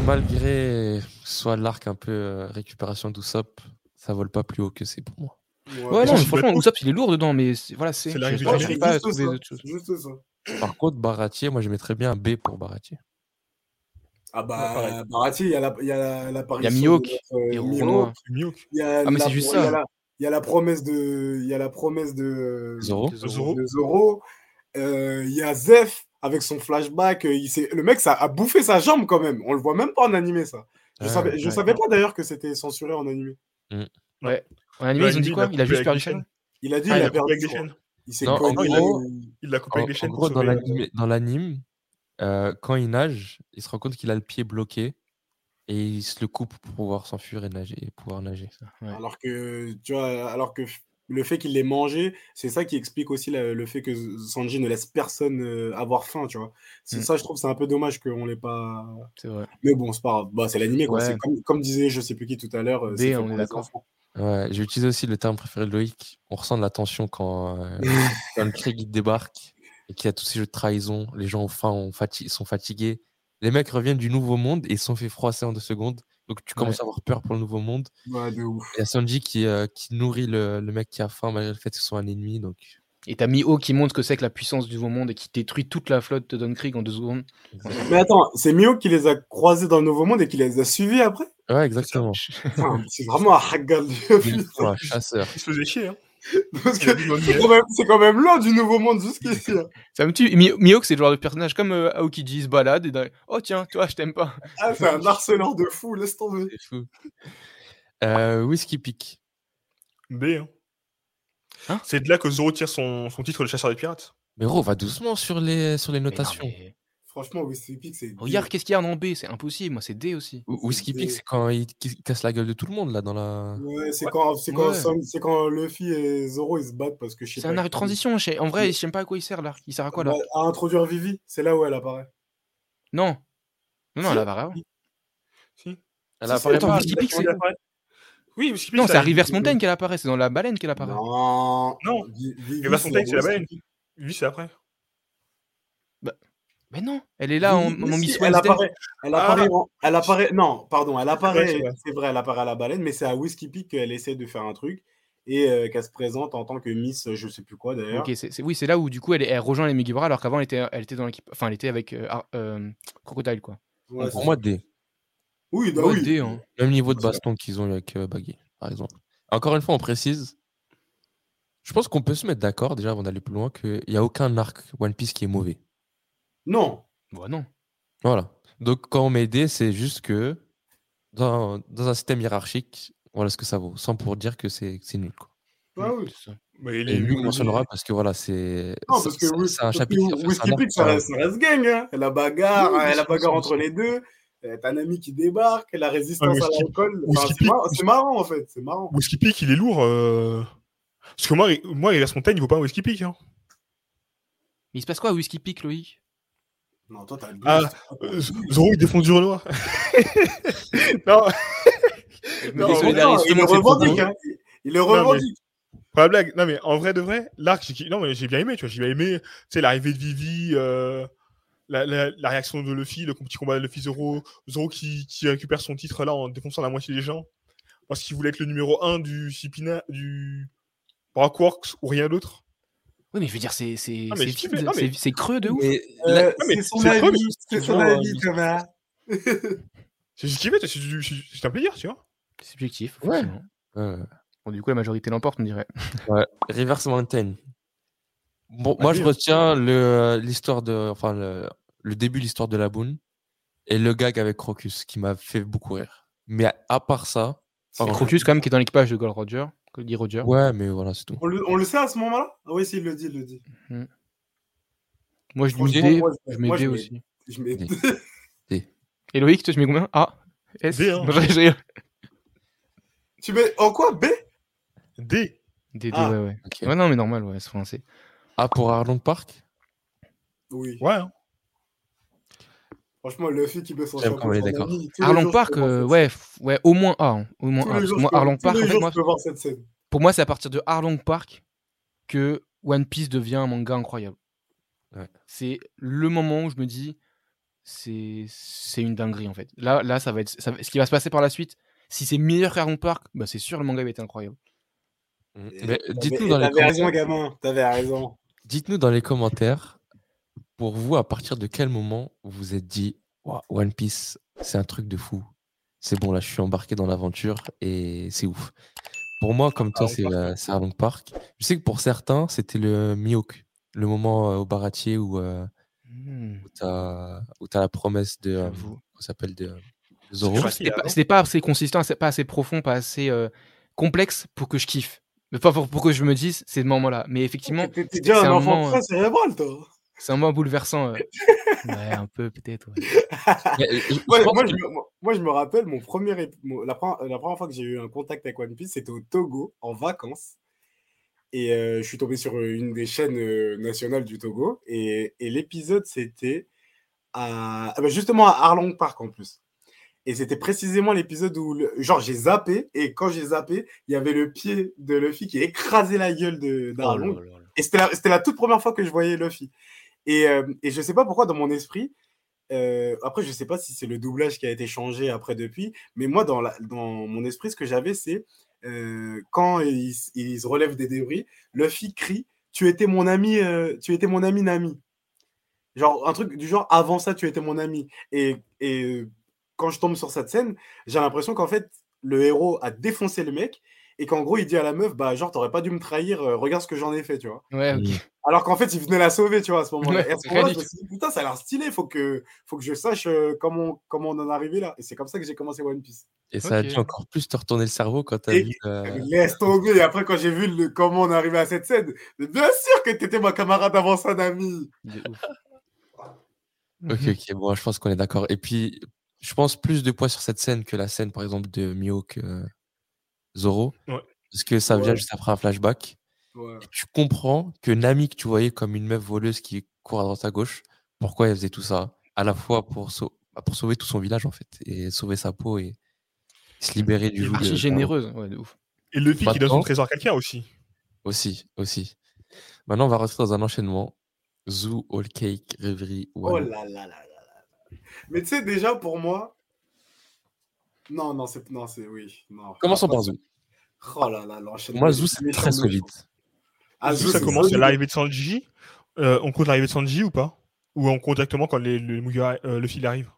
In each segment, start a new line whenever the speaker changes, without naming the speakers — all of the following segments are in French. malgré soit l'arc un peu euh, récupération d'Usopp, ça vole pas plus haut que c'est pour moi.
Ouais, non, mais franchement, Usopp, il est lourd dedans, mais c'est- voilà, c'est.
C'est la
je-
règle du
je- je
jeu.
sais pas
Juste
trouver
ça.
d'autres choses.
C'est juste ça.
Par contre, Baratier, moi je mettrais bien un B pour Baratier.
Ah
Ouais,
bah,
pareil.
Barati, il y a la- il y a la- l'apparition.
Il y a Mihawk,
de notre, euh,
Et
Mihawk,
Renoir.
il y a
Ah, mais
la-
c'est juste
il y a
ça.
la- Il y a la promesse de. Il y a la promesse de.
Zoro.
de Zoro. Euh, Il y a Zef avec son flashback. euh, il s'est- le mec, ça a bouffé sa jambe quand même. On le voit même pas en animé, ça. Je
Ah,
savais, je
ouais,
savais
non.
pas d'ailleurs que c'était censuré en animé.
En
Le
animé, ils ont dit
anime,
quoi
il
Bah, Il a juste
coupé
perdu
avec
sa jambe
Il a dit,
Ah,
il
il
a
a
perdu. perdu
des
je crois.
chaînes.
Il s'est
Non, en
coignée,
gros,
il-
Il l'a coupé
En,
avec des
en
chaînes. pour
gros, Oh, dans
sauver la-
l'anime, dans l'anime, euh, quand il nage, il se rend compte qu'il a le pied bloqué et il se le coupe pour pouvoir s'enfuir et nager et pouvoir nager.
Ouais.
Alors que, tu vois, alors que f- le fait qu'il l'ait mangé, c'est ça qui explique aussi la- le fait que Z- Sanji ne laisse personne euh, avoir faim, tu vois. C'est
Mm.
ça, je trouve, c'est un peu dommage qu'on l'ait pas.
C'est vrai.
Mais bon, c'est pas grave. Bah, c'est l'animé, quoi.
Ouais.
C'est comme, comme disait, je sais plus qui tout à l'heure. euh,
B,
c'est fait
on
pour
est
les
d'accord.
enfants.
Ouais, j'ai utilisé aussi le terme préféré de Loïc. On ressent de la tension quand, euh, quand le Krieg il débarque et qu'il y a tous ces jeux de trahison. Les gens enfin ont fati- sont fatigués. Les mecs reviennent du nouveau monde et ils se sont fait froisser en deux secondes. Donc tu commences à avoir peur pour le nouveau monde.
Ouais, de ouf.
Il y a Sanji qui, euh, qui nourrit le, le mec qui a faim malgré le fait que ce soit un ennemi. Donc
Et t'as Mio qui montre ce que c'est que la puissance du nouveau monde et qui détruit toute la flotte de Don Krieg en deux secondes.
Mais attends, c'est Mio qui les a croisés dans le Nouveau Monde et qui les a suivis après
ouais, exactement.
Putain, C'est vraiment un hacker de
Il
putain.
faut un chasseur.
Il se faisait chier. Hein.
Parce
Il a
que
dit
c'est
bonne guerre.
quand, même- c'est quand même loin du Nouveau Monde jusqu'ici. hein.
Ça me tue. Mi- Mio, c'est le genre de personnage comme euh, Aokiji, il se balade et d'un- Oh tiens, toi, je t'aime pas.
Ah, c'est un harceleur de fou, laisse tomber.
C'est fou. Euh, Whiskey Peak.
B. hein.
Hein
c'est de là que Zoro tire son, son titre de chasseur des pirates.
Mais gros, va doucement sur les, sur les
Mais non,
notations.
mais
Franchement, Whiskey Peak, c'est.
Regarde, qu'est-ce qu'il y a en B C'est impossible. Moi, c'est D aussi.
Ou- Whiskey Peak,
Des-
c'est quand il qui- casse la gueule de tout le monde là dans la.
Ouais, c'est quand, c'est quand,
Ouais.
Son- c'est quand Luffy et Zoro ils se battent parce que je sais
C'est
pas
un arc de
qui-
transition. je sais- En vrai, je sais même pas à quoi il sert l'arc. Il sert à quoi
Bah,
l'arc
à introduire Vivi, c'est là où elle apparaît.
Non. Non, non,
Si.
là, va rien.
Si.
Elle
Si,
apparaît
attends,
pas.
Whiskey Peak, c'est-
Oui, Whiskey Peak,
Non, c'est à
arrive.
Reverse Mountain qu'elle apparaît. C'est dans la baleine qu'elle apparaît.
Non.
Non.
Vi- Vivi,
Et Vincent Tate, c'est la
Whiskey
baleine.
Peak.
Lui, c'est après.
Mais non, elle est là en,
Oui,
en
si,
Miss
elle
Wednesday.
apparaît, elle
Ah.
apparaît, en- elle apparaît- non, pardon, elle apparaît,
c'est
c'est
vrai.
vrai. elle apparaît à la baleine, mais c'est à Whiskey Peak qu'elle essaie de faire un truc et euh, qu'elle se présente en tant que Miss, euh, je sais plus quoi d'ailleurs.
Ok, c'est c'est- oui, c'est là où du coup elle, elle rejoint les Mugiwara alors qu'avant elle était, elle était dans l'équipe, enfin elle était avec euh, Ar- euh, Crocodile quoi.
Ouais,
Pour
c'est-
moi, D.
oui, bah
Ouais,
oui.
D, hein.
Même niveau de
C'est vrai.
baston qu'ils ont eu avec euh, Baggy, par exemple. Encore une fois, on précise. Je pense qu'on peut se mettre d'accord, déjà avant d'aller plus loin, qu'il n'y a aucun arc One Piece qui est mauvais.
Non,
Bah non.
Voilà. Donc, quand on met D, c'est juste que dans, dans un système hiérarchique, voilà ce que ça vaut. Sans pour dire que c'est que c'est nul. Quoi.
Ah
bah oui.
C'est ça.
Mais il
Et
est
lui, on le mentionnera parce que voilà, c'est
Non,
c'est-
parce que
c'est-
Whis-
c'est un
parce que
chapitre. qui- enfin, c'est
Whiskey
un arc
Peak, ça
qui-
reste, ça reste gang. hein. La bagarre,
Oui, oui,
euh,
bien
la
sûr,
bagarre
bien
entre
sûr.
les deux. euh, T'as un ami qui débarque, la résistance à
Whiskey-
l'alcool.
Whiskey
Enfin, c'est
Peak-
marrant, c'est marrant, en fait. C'est marrant.
Whiskey Peak, il est lourd. euh. Parce que moi, Ri- moi Rivers Mountain, il vaut pas un Whiskey Peak. hein.
Mais il se passe quoi à Whiskey Peak, Loïc
Non, toi, t'as le
Ah, Euh, Z- Zoro, il défonce du Renoir. non, Non,
il,
Désolé,
Solidarité,
le
justement, c'est le
revendique.
propos.
hein. Il- Il le
mais-
revendique.
pas la blague. Non, mais en vrai de vrai, l'arc, j'ai- non, mais j'ai bien aimé. Tu vois, j'ai bien aimé. Tu sais, l'arrivée de Vivi, euh, la, la- la réaction de Luffy, le petit combat de Luffy Zoro, Zoro qui, qui récupère son titre là en défonçant la moitié des gens parce qu'il voulait être le numéro 1 du Cipina, du Rockworks ou rien d'autre.
Oui, mais je veux dire, c'est c'est
Ah, mais
c'est
je
vide,
kiffe, non, mais-
c'est- c'est creux de ouf.
Mais
Euh,
là-
mais
C'est son
c'est euh, vrai,
avis,
mais-
c'est son
Non,
avis,
mais-
Thomas.
C'est juste kiffé, tu vois, c'est du- c'est du- c'est un plaisir, tu vois.
C'est subjectif.
Ouais.
forcément.
euh,
Bon, du coup, la majorité l'emporte, on dirait.
Reverse Mountain. Bon, moi, je retiens le- l'histoire de. Enfin, le, le début de l'histoire de la boune et le gag avec Crocus qui m'a fait beaucoup rire. Mais à, à part ça.
C'est Crocus quand même qui est dans l'équipage de Gold Roger, Goldie Roger.
Ouais, mais voilà, c'est tout.
On le, on le sait à ce moment-là Ah oui, si, il le dit, il le dit.
Moi je lui mets
Franchement,
D,
moi,
je mets
moi,
D
je mets-
aussi.
Je mets-
Des-
Et Loïc, toi tu mets combien A S
D, hein.
Non, je rigole.
Tu mets en quoi B
D.
D, D,
Ah.
ouais, ouais.
Ok.
Ouais, non, mais normal, ouais, c'est français.
Ah, pour Arlong Park
Oui.
Ouais. hein.
Franchement, Luffy qui peut s'en
J'aime
sortir
qu'on est
contre un
d'accord.
ami, tous les
Arlong
jours, je
Park,
peux voir
euh,
cette-
ouais, f- ouais, au moins A. hein, Au moins
tous les
A. parce
jours,
que
je
moi,
peux-
Arlong
tous
Park,
les
en fait,
jours,
moi,
je peux voir cette scène.
pour moi, c'est à partir de Arlong Park que One Piece devient un manga incroyable.
Ouais.
C'est le moment où je me dis, c'est c'est une dinguerie en fait. Là, là ça va être ça va- ce qui va se passer par la suite. Si c'est meilleur qu'Aaron Park, bah c'est sûr le manga va être incroyable.
Mm.
Et-
Mais
T'avais-
Dites-nous dans, les
T'avais raison,
commentaires-
gamin. T'avais raison.
dites-nous dans les commentaires, pour vous, à partir de quel moment vous vous êtes dit Ouah, One Piece, c'est un truc de fou. C'est bon, là, je suis embarqué dans l'aventure et c'est ouf. Pour moi, comme toi,
Arlong
c'est euh, c'est Arlong Park. Je sais que pour certains, c'était le Miyok, le moment euh, au baratier où, euh,
Hmm,
où t'as où t'as la promesse de. euh,
j'avoue.
qu'on s'appelle de de
Je
Zoro.
crois qu'il y
C'était
a
pas,
avant.
c'était pas assez consistant, c'est pas assez profond, pas assez euh, complexe pour que je kiffe. Mais pas pour, pour que je me dise ces moments-là. Mais effectivement,
T'étais déjà
c'est
un
un
enfant
moment,
très
euh,
cérébral, toi.
c'est un moment bouleversant. euh. Ouais, un peu peut-être. ouais.
Mais, euh, je- je
Moi,
pense
moi,
que-
je me, moi- moi, je me rappelle, mon premier ép- mon- la, pre- la première fois que j'ai eu un contact avec One Piece, c'était au Togo, en vacances. Et euh, je suis tombé sur euh, une des chaînes euh, nationales du Togo. Et, et l'épisode, c'était à- ah bah, justement à Arlong Park en plus. Et c'était précisément l'épisode où, le- genre, j'ai zappé. Et quand j'ai zappé, il y avait le pied de Luffy qui écrasait la gueule de-
Oh
d'Arlong.
là là là.
Et c'était la, c'était la toute première fois que je voyais Luffy. Et, euh, et je sais pas pourquoi, dans mon esprit, euh, après, je sais pas si c'est le doublage qui a été changé après depuis, mais moi, dans, la- dans mon esprit, ce que j'avais, c'est euh, quand il, s- il se relève des débris, Luffy crie Tu étais mon ami, euh, tu étais mon ami, Nami. Genre, un truc du genre Avant ça, tu étais mon ami. Et, et euh, quand je tombe sur cette scène, j'ai l'impression qu'en fait, le héros a défoncé le mec. Et qu'en gros, il dit à la meuf, bah, genre, t'aurais pas dû me trahir, euh, regarde ce que j'en ai fait, tu vois.
Ouais, ok.
Alors qu'en fait, il venait la sauver, tu vois, à ce moment-là.
Ouais,
et à ce
c'est
moment-là, je
réaliste.
me suis dit, putain, ça a l'air stylé, faut que, faut que je sache euh, comment, comment on en est arrivé là. Et c'est comme ça que j'ai commencé One Piece.
Et ça a
Ok.
dû encore plus te retourner le cerveau quand t'as
Et-
vu. euh,
Laisse tomber. Et après, quand j'ai vu le- comment on est arrivé à cette scène, mais bien sûr que t'étais ma camarade avant ça, Nami.
de ouf. Mmh
Ok, ok, bon, je pense qu'on est d'accord. Et puis, je pense plus de poids sur cette scène que la scène, par exemple, de Mihawk euh, Zoro.
Ouais.
Parce que ça vient
Ouais.
juste après un flashback.
Ouais.
Et tu comprends que Nami, que tu voyais comme une meuf voleuse qui court à droite à gauche, pourquoi elle faisait tout ça À la fois pour, sau- bah, pour sauver tout son village, en fait, et sauver sa peau et se libérer du joug.
Archi
de-
généreuse, ouais, de ouf.
Et Luffy qui donne
Maintenant-
son trésor à quelqu'un aussi.
Aussi, aussi. Maintenant, on va rentrer dans un enchaînement. Zoo, All Cake, Rêverie,
Oh
Wano.
là là là là là. Mais tu sais, déjà, pour moi. Non, non, c'est. Non, c'est. Oui. Non.
Commençons par Zoo.
Oh là là,
Pour
l'enchaînement.
moi,
est
Zoo, c'est
méchant,
très
méchant.
solide.
Ah,
Zou,
Zou,
ça
c'est
commence à
solide.
l'arrivée de Sanji. Euh, on compte l'arrivée de Sanji ou pas Ou on compte directement quand les, le Mugiwara- euh, Luffy il arrive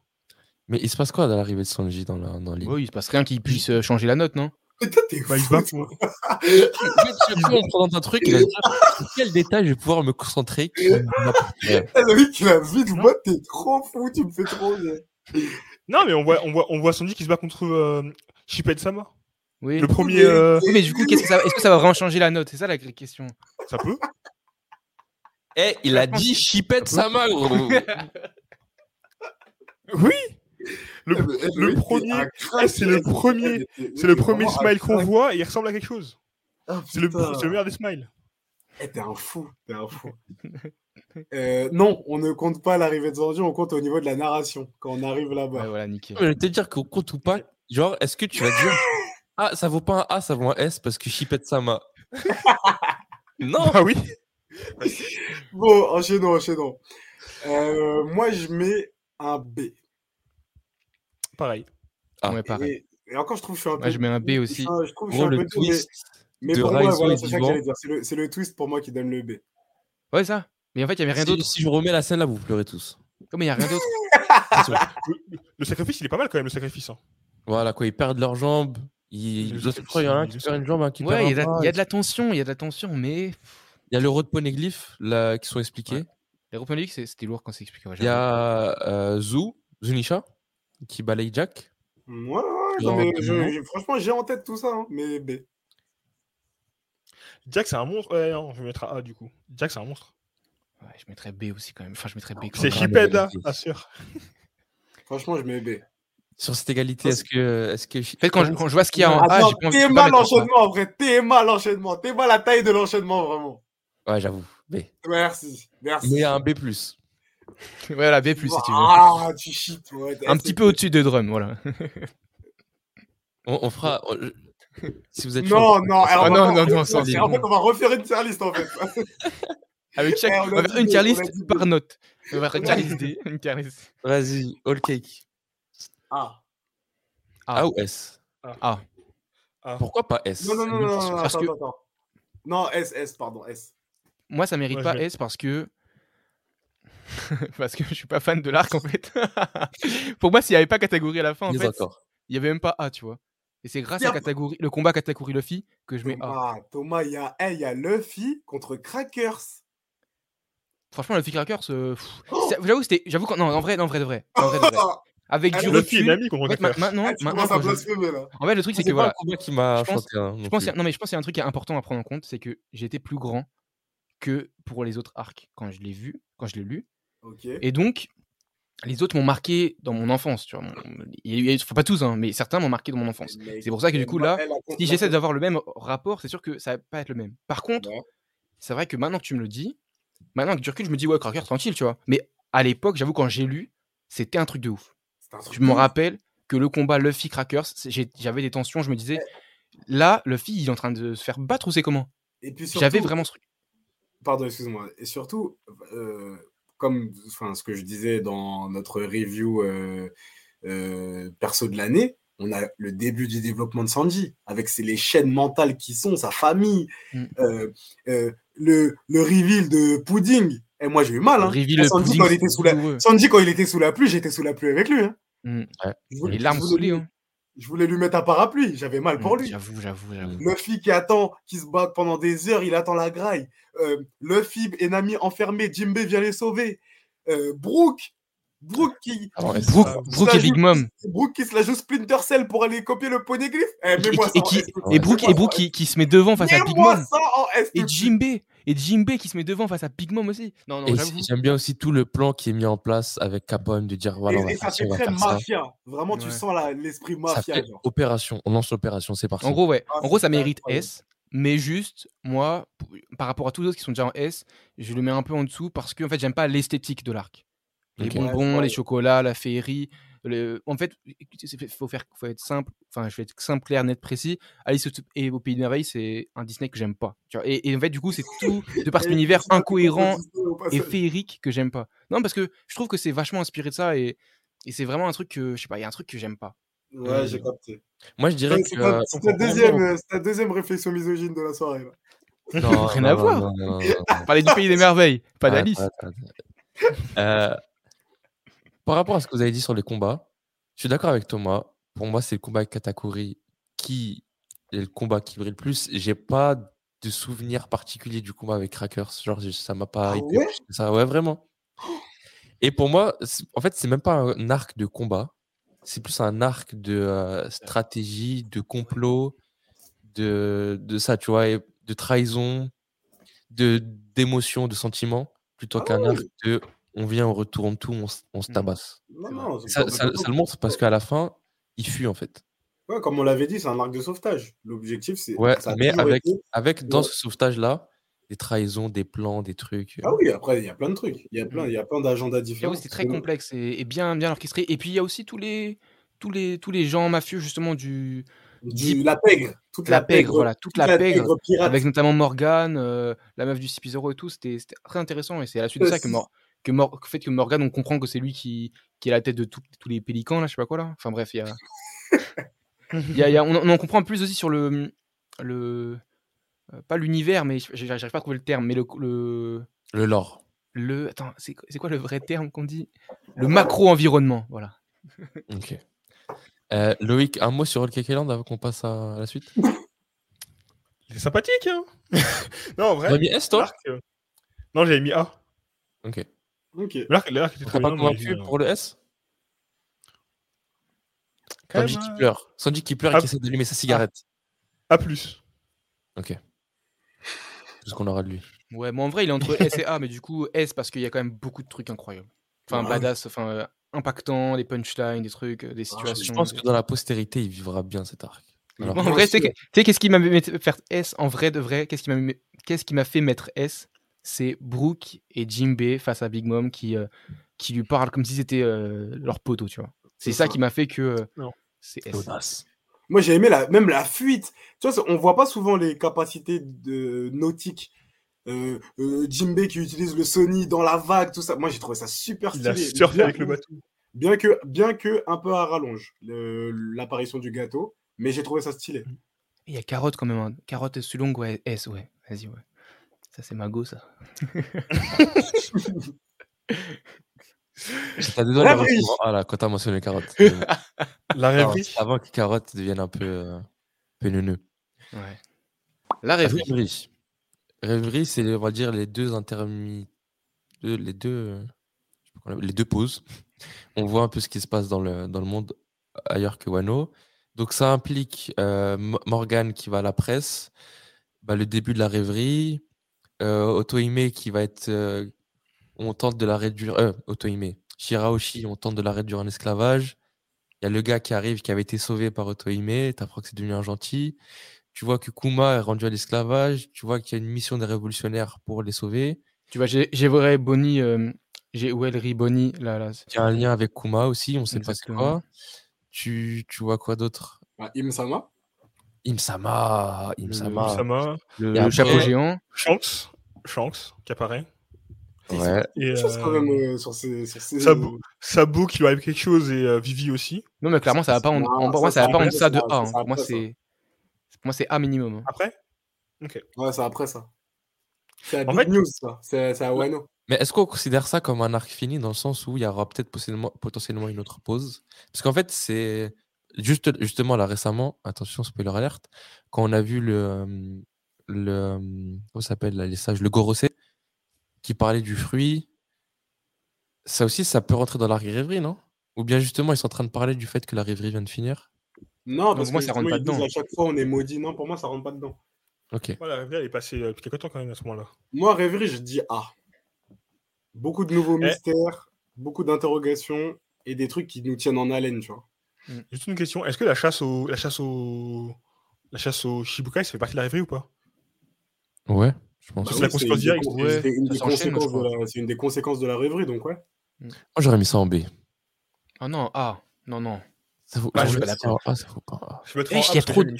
Mais il se passe quoi à l'arrivée de Sanji dans la dans l'île
Ouais, il se passe rien qui puisse euh, changer la note, non
Mais toi, t'es
Bah, il se
fou,
bat
toi.
pour-
présente un truc, il va se dire, Sur quel détail je vais pouvoir me concentrer qui n'apporte rien
Ah, Le mec, il a vite, moi, t'es trop fou, tu me fais trop rire.
Non, mais on voit, on, voit, on voit Sanji qui se bat contre euh, Shippet Sama.
Oui.
Le premier.
mais-
euh,
Oui, mais du coup, qu'est-ce que ça... est-ce que ça va vraiment changer la note C'est ça la question.
ça peut
Eh, il a dit chipette sa main, gros.
Oui Le,
Eh, mais- eh,
le
mais oui,
premier.
un crack,
c'est le
eh,
premier-
eh, mais-
C'est le
mais
premier
vraiment un
smile qu'on
crack.
voit et il ressemble à quelque chose.
Ah,
C'est le,
putain.
c'est le meilleur des smiles.
Eh, T'es un fou, t'es un fou. Euh, non, on ne compte pas l'arrivée de Zanji, on compte au niveau de la narration quand on arrive
Ouais,
là-bas.
voilà, nickel.
Je vais te dire qu'on compte ou pas. Genre, est-ce que tu vas dire Ah, ça vaut pas un A, ça vaut un S parce que chipette sa main. Non
Ah oui
Bon, enchaînons, enchaînons. Euh, moi, je mets un B.
Pareil.
Ah.
Ouais, pareil.
Et, et encore, je trouve que je suis un peu.
Moi, je mets un B
je suis
aussi.
un- je trouve que je
Gros,
suis un peu
le
doux, mais-
twist
mais,
de
pour moi,
Raizo
voilà,
et
c'est ça que
Vivant.
j'allais dire. C'est le, c'est le twist pour moi qui donne le B.
Ouais, ça. Mais en fait, il y avait rien
si,
d'autre.
si je remets la scène là, vous pleurez tous.
Comment il y a rien d'autre
Le sacrifice, il est pas mal quand même, le sacrifice. hein.
Voilà quoi, ils perdent leurs jambes. Ils,
Le
ils doivent se croire, il y en a un qui
sacrifice,
perd une jambe, un qui
Ouais, il y, a de
perd un
la-
bras.
il y a de la tension, il y a de la tension, mais
Il y a le road poneglyph là, qui sont expliqués.
les Rope League, c'est- c'était lourd quand c'est expliqué. ouais,
Il y
j'avoue.
a euh, Zou, Zunisha, qui balaye Jack.
Ouais, ouais, ouais,
Genre,
non, mais
de
je-
moment.
je- franchement, j'ai en tête tout ça, hein, mais B.
Jack, c'est un monstre. Ouais, non, je vais mettre un A du coup. Jack, c'est un monstre.
Ouais, je mettrais B aussi quand même. Enfin, je mettrais B quand
C'est
même.
Encore un
Shipped, là,
mauvais
bien sûr.
Franchement, je mets B.
Sur cette égalité, est-ce que. Est que...
En fait, quand je, quand je vois ce qu'il y a en A,
Attends,
j'ai pas envie de
t'es
pas
mal
mettre en A.
l'enchaînement, en vrai. T'es mal l'enchaînement. T'es mal la taille de l'enchaînement, vraiment.
Ouais, j'avoue. B.
Merci. Merci.
Mais un B.
Voilà, B plus si tu veux.
Ah, tu chies, toi. T'es
Un
assez-
petit peu au-dessus de Drum, voilà.
On, on fera. on- je- Si vous êtes chaud,
Non,
on-
non, alors,
Ah
on va
non,
pas-
non, non, sans
En fait, on va refaire une tier list, en fait.
Avec chaque.
Eh, on
on
a
va faire
dit
une
des-
tier
on a
list
dit des-
par note. On va faire une tier list des- Une tier list.
Vas-y, all cake.
Ah.
Ah.
A ou S
Ah.
Ah.
Pourquoi pas S
Non, non, non, non, non, non,
Parce
attends,
que-
attends. Non, S, S, pardon, S.
Moi, ça mérite
Ouais,
pas
je vais-
S parce que. parce que je suis pas fan de l'arc en fait. Pour moi, s'il n'y avait pas catégorie à la fin, en
Il est
fait,
d'accord.
il y avait même pas A, tu vois. Et c'est grâce
Y a
à
pas-
catégorie, le combat catégorie Luffy que je mets A.
Thomas, Thomas, il y a, eh, il y a Luffy contre Crackers.
Franchement, Luffy Crackers, euh, pff, ça- j'avoue, c'était, j'avoue qu'en non, en vrai, non, en vrai, de vrai, en vrai, de vrai.
Ah,
avec
Ah,
du
Luffy,
Luffy,
recul.
il a mis
En
contre
fait,
Crackers.
ma- maintenant,
Ah, tu
maintenant,
commences à
quand je-
blasphémer, là.
en fait, le truc c'est que
Ah, C'est pas un
voilà,
combat qui m'a
Je pense-
chanté. hein, non
je pense,
plus.
qu'il y a- non mais je pense qu'il y a un truc qui est important à prendre en compte, c'est que j'étais plus grand que pour les autres arcs quand je l'ai vu, quand je l'ai lu,
Ok.
Et donc, les autres m'ont marqué dans mon enfance, tu vois. Mon- Il y a eu- il faut pas tous, hein, mais certains m'ont marqué dans mon enfance. C'est pour ça que du coup, là, Si j'essaie d'avoir le même rapport, c'est sûr que ça va pas être le même. Par contre,
Ouais.
c'est vrai que maintenant que tu me le dis, maintenant que du recul, je me dis, ouais, Cracker, tranquille, tu vois. Mais à l'époque, j'avoue, quand j'ai lu, c'était un truc de ouf. Je me rappelle que le combat Luffy Crackers, c'est- j'ai- j'avais des tensions, je me disais, là, Luffy, il est en train de se faire battre ou c'est comment J'avais vraiment ce truc.
Pardon, excuse-moi. Et surtout, euh, comme enfin, ce que je disais dans notre review euh, euh, perso de l'année, on a le début du développement de Sanji, avec ses- les chaînes mentales qui sont, sa famille,
Mm.
euh, euh, le, le reveal de Pudding. Et moi, j'ai eu mal. Hein.
Reveal
Moi,
le
Sanji,
pudding,
quand il était
c'est
sous la...
douloureux.
Sanji, quand il était sous la pluie, j'étais sous la pluie avec lui. hein.
Mm.
Je voulais-
Les larmes
je voulais
sous les
lui-
hein.
Je voulais lui mettre un parapluie, j'avais mal pour
Mm,
lui.
J'avoue, j'avoue, j'avoue.
Mmh.
Luffy qui attend, qui se bat pendant des heures, il attend la graille. Euh, Luffy et Nami enfermés, Jimbe vient les sauver. Euh, Brooke, Brooke qui,
Alors,
qui-
est-ce
Brooke,
ça-
Brooke
ça
et Big
joue-
Mom.
Brooke qui se la joue Splinter Cell pour aller copier le poneglyph. Eh,
Et,
mets-moi
qui- et
ça en
qui-
S,
et Brooke, et
mets-moi
Brooke qui, qui se met devant face à Big
Mets-moi
Mom.
ça en S.
Et Jimbe. Et Jimbe qui se met devant face à Big Mom aussi. Non, non,
Et
j'avoue.
j'aime bien aussi tout le plan qui est mis en place avec Capone de dire
Et,
voilà, on va
et
faire Oh
ça
ça,
fait
on va
très
faire ça.
mafia. Vraiment, tu
Ouais.
sens la- l'esprit
Ça
mafia.
fait
genre.
opération, on lance l'opération, c'est parti.
En gros, ouais.
Ah,
En gros, ça
c'est
mérite
incroyable.
S. Mais juste, moi, p- par rapport à tous les autres qui sont déjà en S, je le mets un peu en dessous parce que, en fait, j'aime pas l'esthétique de l'arc. Les
Ok.
Ouais,
bonbons,
ouais.
les chocolats, la féerie. Le... En fait, il faut, faire... faut être simple. Enfin, je vais être simple, clair, net, précis. Alice au- et au Pays des Merveilles, c'est un Disney que j'aime pas. tu vois. Et, et en fait, du coup, c'est tout de par
Et
cet univers
c'est ça qui
incohérent,
consiste au
et
passage.
féerique que j'aime pas. Non, parce que je trouve que c'est vachement inspiré de ça et, et c'est vraiment un truc que je sais pas, il y a un truc que j'aime pas.
Ouais, j'ai capté.
Moi, je dirais
C'est
que.
ta-
euh,
c'est ta deuxième, euh, c'est ta deuxième réflexion misogyne de la soirée. là.
non,
Rien
non,
à
non,
voir.
non, non, non, non.
Parler du pays des merveilles, pas
Arrête,
d'Alice.
arrête, arrête, arrête. Euh, par rapport à ce que vous avez dit sur les combats, je suis d'accord avec Thomas. Pour moi, c'est le combat avec Katakuri qui est le combat qui brille le plus. J'ai pas de souvenir particulier du combat avec Crackers. Genre, je- ça m'a pas
Ah
hypé
ouais
plus que ça. Ouais, vraiment. Et pour moi, c'est- en fait, c'est même pas un arc de combat. C'est plus un arc de euh, stratégie, de complot, de, de ça, tu vois, et de trahison, de d'émotion, de sentiment, plutôt
Ah
qu'un
oui.
arc de on vient, on retourne tout, on, s- on se
Mhm.
tabasse.
Non,
C'est
non, c'est
Ça,
pas-
ça- ça le montre parce qu'à la fin, il fuit en fait.
Ouais, comme on l'avait dit, c'est un arc de sauvetage. L'objectif, c'est.
Ouais,
ça a
mais
toujours
avec,
été-
avec dans
Ouais.
ce sauvetage-là, des trahisons, des plans, des trucs. euh,
Ah oui, après, il y a plein de trucs. Il y a plein,
Mm.
il y a plein d'agendas différents.
J'avoue, C'était très complexe et, et bien, bien orchestré. Et puis il y a aussi tous les, tous les, tous les gens mafieux justement du
Du- la pègre. Toute la,
la pègre, voilà, toute la pègre.
pirate.
Avec notamment Morgan, la meuf du 6 et tout, c'était c'était très intéressant. Et c'est à la suite de
Euh,
ça que, Mor- que, Mor- que fait que Morgan, on comprend que c'est lui qui, qui est la tête de tout- tous les pélicans, là, je sais pas quoi, là. Enfin bref, il y a. Il y a- il y a- on, on en comprend plus aussi sur le. le euh, pas l'univers, mais je- j'arrive j'arrive pas à trouver le terme, mais le. le,
Le lore.
le- attends, c'est c'est quoi le vrai terme qu'on dit Le macro-environnement, voilà.
Ok. Euh, Loïc, un mot sur Hulk Island avant qu'on passe à, à la suite.
C'est sympathique, hein Non, en vrai.
T'as mis S toi
l'arc, euh, Non, j'avais mis A.
Ok.
Ok.
Mais L'arc, l'arc était
T'as
très
pas
bien. mais j'ai-
convaincu pour le S
Quand
Sanji
même,
qui
euh,
pleure. Sanji qui pleure et
Ah.
qui essaie d'allumer sa cigarette.
A plus.
C'est ce qu'on aura de lui.
Ouais, moi en vrai, il est entre S et A, mais du coup, S parce qu'il y a quand même beaucoup de trucs incroyables. Enfin,
Ouais.
badass, enfin, euh, impactant, des punchlines, des trucs, euh, des
Ah,
situations.
Je pense
des-
que dans la postérité, il vivra bien cet arc. Alors,
Moi, en
Bien
vrai, tu sais
sûr.
que- tu sais qu'est-ce qui m'a fait faire S en vrai de vrai Qu'est-ce qui m'a mis- qu'est-ce qui m'a fait mettre S C'est Brooke et Jimbe face à Big Mom qui, euh, qui lui parlent comme si c'était euh, leur poteau, tu vois. C'est
C'est
ça
ça.
qui m'a fait que euh,
Non.
c'est S.
L'audace.
Moi, j'ai aimé la, même la fuite. Tu vois, on voit pas souvent les capacités de nautiques euh, euh, Jinbei qui utilise le Sony dans la vague, tout ça. Moi, j'ai trouvé ça super
Il a
stylé.
surfé
Bien
avec le
que-
bateau.
bien que, bien que un peu à rallonge, le- l'apparition du gâteau, mais j'ai trouvé ça stylé.
Mm. Il y a Carotte quand même. hein. Carotte Sulong, ouais, S, ouais. Vas-y, ouais. Ça, c'est Mago, ça.
T'as des doigts
La
de la
brise.
recevoir. Ah là, quand t'as mentionné carotte.
La
Carotte,
rêverie.
Avant que carotte devienne un peu, euh, un peu neuneux.
Ouais. La rêverie.
Rêverie. Rêverie, c'est, on va dire, les deux intermi... deux- les deux... euh, je sais pas comment on appelle- Les deux pauses. On voit un peu ce qui se passe dans le, dans le monde ailleurs que Wano. Donc, ça implique euh, Mo- Morgane qui va à la presse, bah, le début de la rêverie, euh, Otohime qui va être... euh, on tente de la réduire... Euh, Otohime. Shiraoshi, on tente de la réduire en esclavage. Il y a le gars qui arrive, qui avait été sauvé par Otohime. T'apprends que c'est devenu un gentil tu vois que Kuma est rendu à l'esclavage, tu vois qu'il y a une mission des révolutionnaires pour les sauver.
Tu vois, j'ai j'ai vrai Bonnie, euh, j'ai Wellery Bonnie, là, là.
Il y a un lien avec Kuma aussi, on sait pas c'est
Exactement.
quoi. Tu, tu vois quoi d'autre
Ah, Im-sama
Imsama,
Ah,
Imsama.
Sama.
Le,
Il y a le chapeau
après-
géant.
Shanks. Shanks qui apparaît.
Ouais.
Et
Je pense
euh,
quand même euh, sur ces. Sur ces...
Sabo. Sabo qui lui arrive quelque chose et euh, Vivi aussi.
Non, mais clairement, ça va pas en,
Non,
en- pour moi,
ça,
ça va
c'est
pas en
après,
deçà
ça,
de A. hein.
c'est
Pour moi,
après, ça.
c'est pour moi, c'est A minimum. hein.
Après,
euh, Ouais, c'est après ça. C'est la
En
big
fait-
news, ça. C'est c'est à Wano.
Mais est-ce qu'on considère ça comme un arc fini dans le sens où il y aura peut-être potentiellement, potentiellement une autre pause Parce qu'en fait, c'est juste justement là récemment, attention spoiler alerte, quand on a vu le euh, le euh, comment ça s'appelle là, les sages, le Gorosei qui parlait du fruit, ça aussi ça peut rentrer dans l'arc rêverie, non Ou bien justement ils sont en train de parler du fait que la rêverie vient de finir
Non, parce
pour moi,
que
ça rentre
justement,
pas
ils disent
dedans.
À chaque fois, on est maudit. Non, pour moi, ça rentre pas dedans.
Ok.
voilà, la rêverie, elle est passée euh, depuis quelque temps quand même à ce moment-là.
Moi, rêverie, je dis A. Beaucoup de nouveaux
Eh.
mystères, beaucoup d'interrogations et des trucs qui nous tiennent en haleine, tu vois.
Juste une question, est-ce que la chasse au la chasse au la chasse au Shibukai, ça fait partie de la rêverie ou pas
Ouais, je pense.
Bah
Moi
oui. la
c'est une
conséquence
des
directe,
con-
ouais,
c'est une
ça
des
s'enchaîne,
conséquences
je crois.
de la- C'est une des conséquences de la rêverie, donc ouais.
j'aurais mis ça en B.
Ah non, A. Non, non.
Ça vaut,
Bah,
j'aurais
je-
mis ça en A, ça vaut pas.
Je me ah,
Eh, il y a trop de-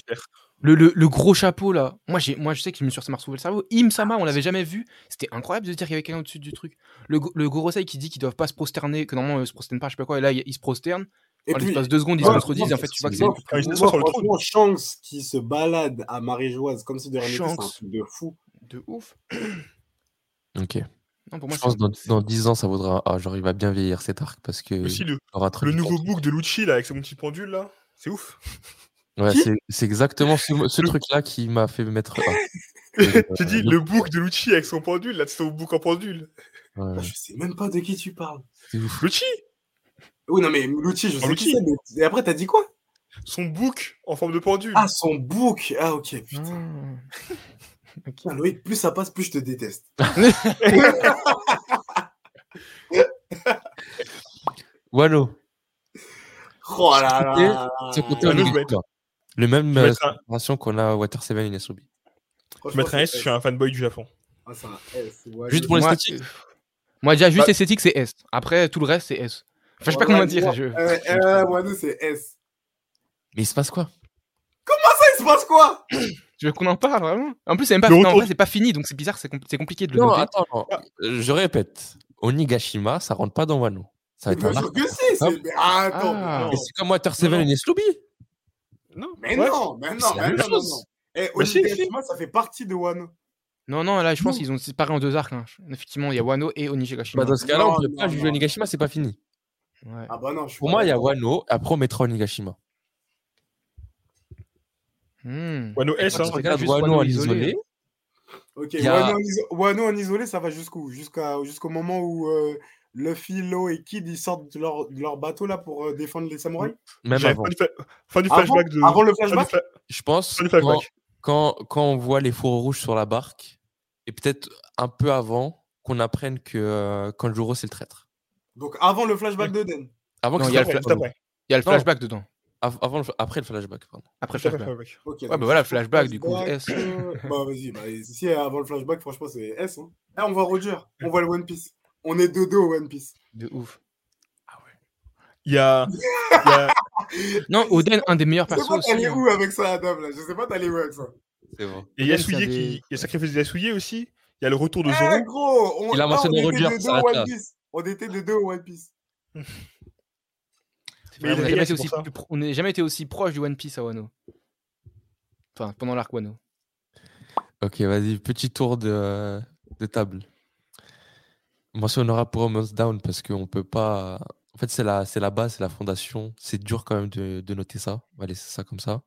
Le, le- le gros chapeau là, moi, j'ai, moi je sais que je me suis ça m'a retrouvé le cerveau. Imsama, on l'avait jamais vu. C'était incroyable de dire qu'il y avait quelqu'un au-dessus du truc. Le, go- le Gorosei qui dit qu'ils doivent pas se prosterner, que normalement ils se prosternent pas, je sais pas quoi, et là ils ils se prosternent.
Et
en
puis,
l'espace de secondes, ils se
Ouais,
contredisent, et en fait tu vois que c'est.
moi,
Ah, ils sont
moi,
sur le trône.
franchement, Shanks qui se balade à Marie-Joise comme si de rien n'était, c'est un
Shanks.
truc de fou.
De ouf.
Ok.
Non, pour moi,
je pense
c'est-
que dans,
c'est-
dans 10 ans, ça vaudra. Ah, genre, il va bien vieillir cet arc parce que.
Aussi
il
le,
aura trop
le
du
nouveau
temps.
book de Lucci là avec son petit pendule là, c'est ouf.
Ouais,
Qui
c'est- c'est exactement ce, ce truc-là qui m'a fait mettre. Ah, Euh,
J'ai dit le book de Lucci avec son pendule là, c'est son book en pendule.
ouais,
Je sais même pas de qui tu parles.
c'est ouf.
Lucci,
Oui, non, mais Lucci, je
Ah,
sais qui
Lucci.
c'est, mais- Et après, t'as dit quoi
son book en forme de pendule.
Ah, son bouc Ah, ok,
Ah.
putain.
Ok.
Putain, Loïc, plus ça passe, plus je te déteste.
Wano,
Oh là là
Ok,
là
c'est
là
côté
là.
Wano, je
Olivier
vais-
Coulon. Le même
je vais
euh,
être un-
situation qu'on a à Water Seven Inasobi.
je mettrais un S, je suis un fanboy du Japon.
Ah, c'est un S, ouais,
Juste
je-
pour
Moi,
l'esthétique.
euh, Moi déjà, juste
Bah-
esthétique, c'est S. Après, tout le reste, c'est S. Enfin, je sais pas
Ouais,
comment
ouais,
dire.
moi,
je-
Euh, euh, ouais, nous, c'est S. Ah,
Mais il se passe quoi
Ça, il se passe quoi
Tu veux qu'on en parle vraiment En plus, c'est même pas.
Le
non, en
retour-
vrai, c'est pas fini, donc c'est bizarre, c'est compl- c'est compliqué de le
Non,
noter.
attends, non.
Ah.
Euh, je répète. Onigashima, ça rentre pas dans Wano. Ça va être
Bien
un arc.
sûr que si
Ah.
c'est- mais Attends,
Ah.
mais
Mais
non.
c'est comme Water Seven
Non.
Inasobi.
Non,
Mais
ouais.
non, mais non,
C'est la
mais
même
non, non,
chose.
non. Eh,
Bah, si,
Olivier Ashima, ça fait partie de Wano.
Non, non, là, je pense qu'ils ont séparé en deux arcs. hein. Effectivement, il y a Wano et Onishigashima.
Bah, dans ce cas-là, on
Non,
peut
non,
pas juger
non.
Onigashima, c'est pas fini.
Ouais.
Ah bah non, je suis
Pour
pas
moi, il y a
d'accord.
Wano, après on mettra Onigashima.
Hmm.
Wano S,
Bah,
hein.
c'est-
Regarde
juste
Wano en
Wano isolé.
isolé.
Ok,
Il y a-
Wano, en iso- Wano en isolé, ça va jusqu'où Jusqu'à jusqu'au moment où euh, Luffy, Lo et Kid ils sortent de leur, de leur bateau là pour euh, défendre les samouraïs.
Même
J'avais
avant.
pas du fa- Fin du
Avant-
flashback de.
Avant le
fin du
flashback
fla-
Je pense
fin du
quand,
flashback.
quand, quand on voit les fours rouges sur la barque, et peut-être un peu avant qu'on apprenne que euh, Kanjuro c'est le traître.
Donc avant le flashback d'Oden.
Avant que
Non,
ce
il y a
soit-
le
Juste après.
Il y a le
Non.
flashback dedans.
av- avant le- après le flashback, pardon.
Après le
Juste après le
flashback.
flashback.
Ok.
Ouais, bah voilà, flashback, du coup, S.
bah vas-y, bah, si euh, avant le flashback, franchement, c'est S. Hein. Là, on voit Roger, on voit le One Piece. On est dodo au One Piece.
De ouf.
Il y a. il y a-
Non, Oden, un des meilleurs
Je sais
persos
pas
aussi.
t'allais
hein.
où avec ça, Adam, là. Je sais pas t'allais où avec ça.
C'est bon.
Même s'il
Et
y
Yasuye
a des-
qui. Il y a le sacrifice de Yasuye aussi. il y a le retour de
Eh,
Zoro.
gros, on,
Il a
là,
mentionné
on était
Roger,
de deux
ça
au
arrête
One
là.
Piece. On était de deux au One Piece.
Mais
on n'a
il
jamais,
est
été
pour
aussi
ça.
plus pro- on n'a jamais été aussi proche du One Piece à Wano. Enfin, pendant l'arc Wano.
Ok, vas-y, petit tour de, de table. Mention honorable pour Almost Down parce qu'on peut pas. En fait, c'est la, c'est la base, c'est la fondation. C'est dur quand même de, de noter ça. On va laisser ça comme ça.